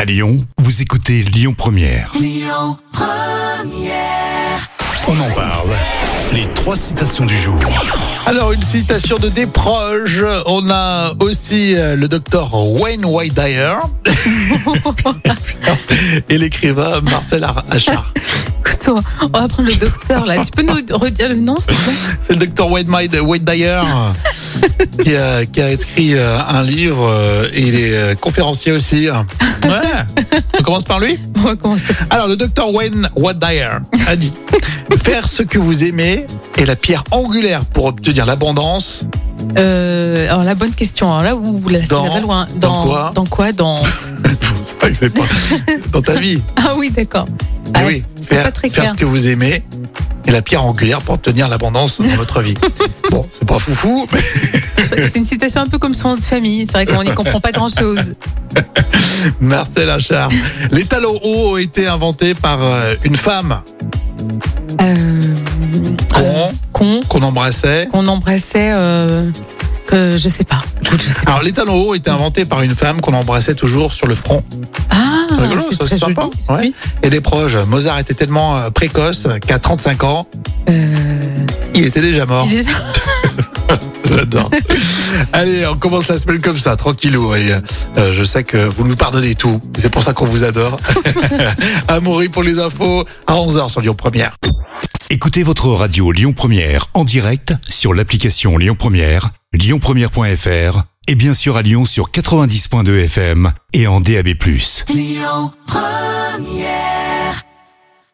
À Lyon, vous écoutez Lyon Première. On en parle. Les trois citations du jour. Alors, une citation de des proches. On a aussi euh, le docteur Wayne Whiteyer et l'écrivain Marcel Ar- Achard. Écoute, on on va prendre le docteur là. Tu peux nous redire le nom, s'il te plaît C'est le docteur Wayne Mide- Whiteyer qui, a, qui a écrit euh, un livre euh, et il est euh, conférencier aussi. Ouais. On commence par lui On va commencer. Alors, le docteur Wayne Wadyer a dit Faire ce que vous aimez est la pierre angulaire pour obtenir l'abondance. Euh, alors la bonne question. Alors là, ouh, là, ça Dans- va loin. dans quoi Dans quoi Dans. C'est vrai que c'est pas dans ta vie. Ah oui, d'accord. Mais Ah, Eh oui, c'était faire, pas très faire clair. ce que vous aimez est la pierre angulaire pour obtenir l'abondance dans votre vie. Bon, c'est pas foufou, mais C'est une citation un peu comme son nom de famille. C'est vrai qu'on n'y comprend pas grand-chose. Marcel Achard. Les talons hauts ont été inventés par euh, une femme Euh, euh, qu'on Con. qu'on embrassait. Qu'on embrassait. euh, que je sais pas. Écoute, je sais pas. Alors, les talons hauts ont été inventés par une femme qu'on embrassait toujours sur le front. Ah, C'est rigolo, c'est ça, très c'est joli. sympa, ouais. Oui. Et des proches, Mozart était tellement euh, précoce qu'à 35 ans, Euh, il était déjà mort. déjà- J'adore. Allez, on commence la semaine comme ça, tranquillou. Et, euh, je sais que vous nous pardonnez tout. C'est pour ça qu'on vous adore. Amaury pour les infos à 11h sur Lyon Première. Écoutez votre radio Lyon Première en direct sur l'application Lyon Première, lyonpremière.fr et bien sûr à Lyon sur 90.2 FM et en DAB+.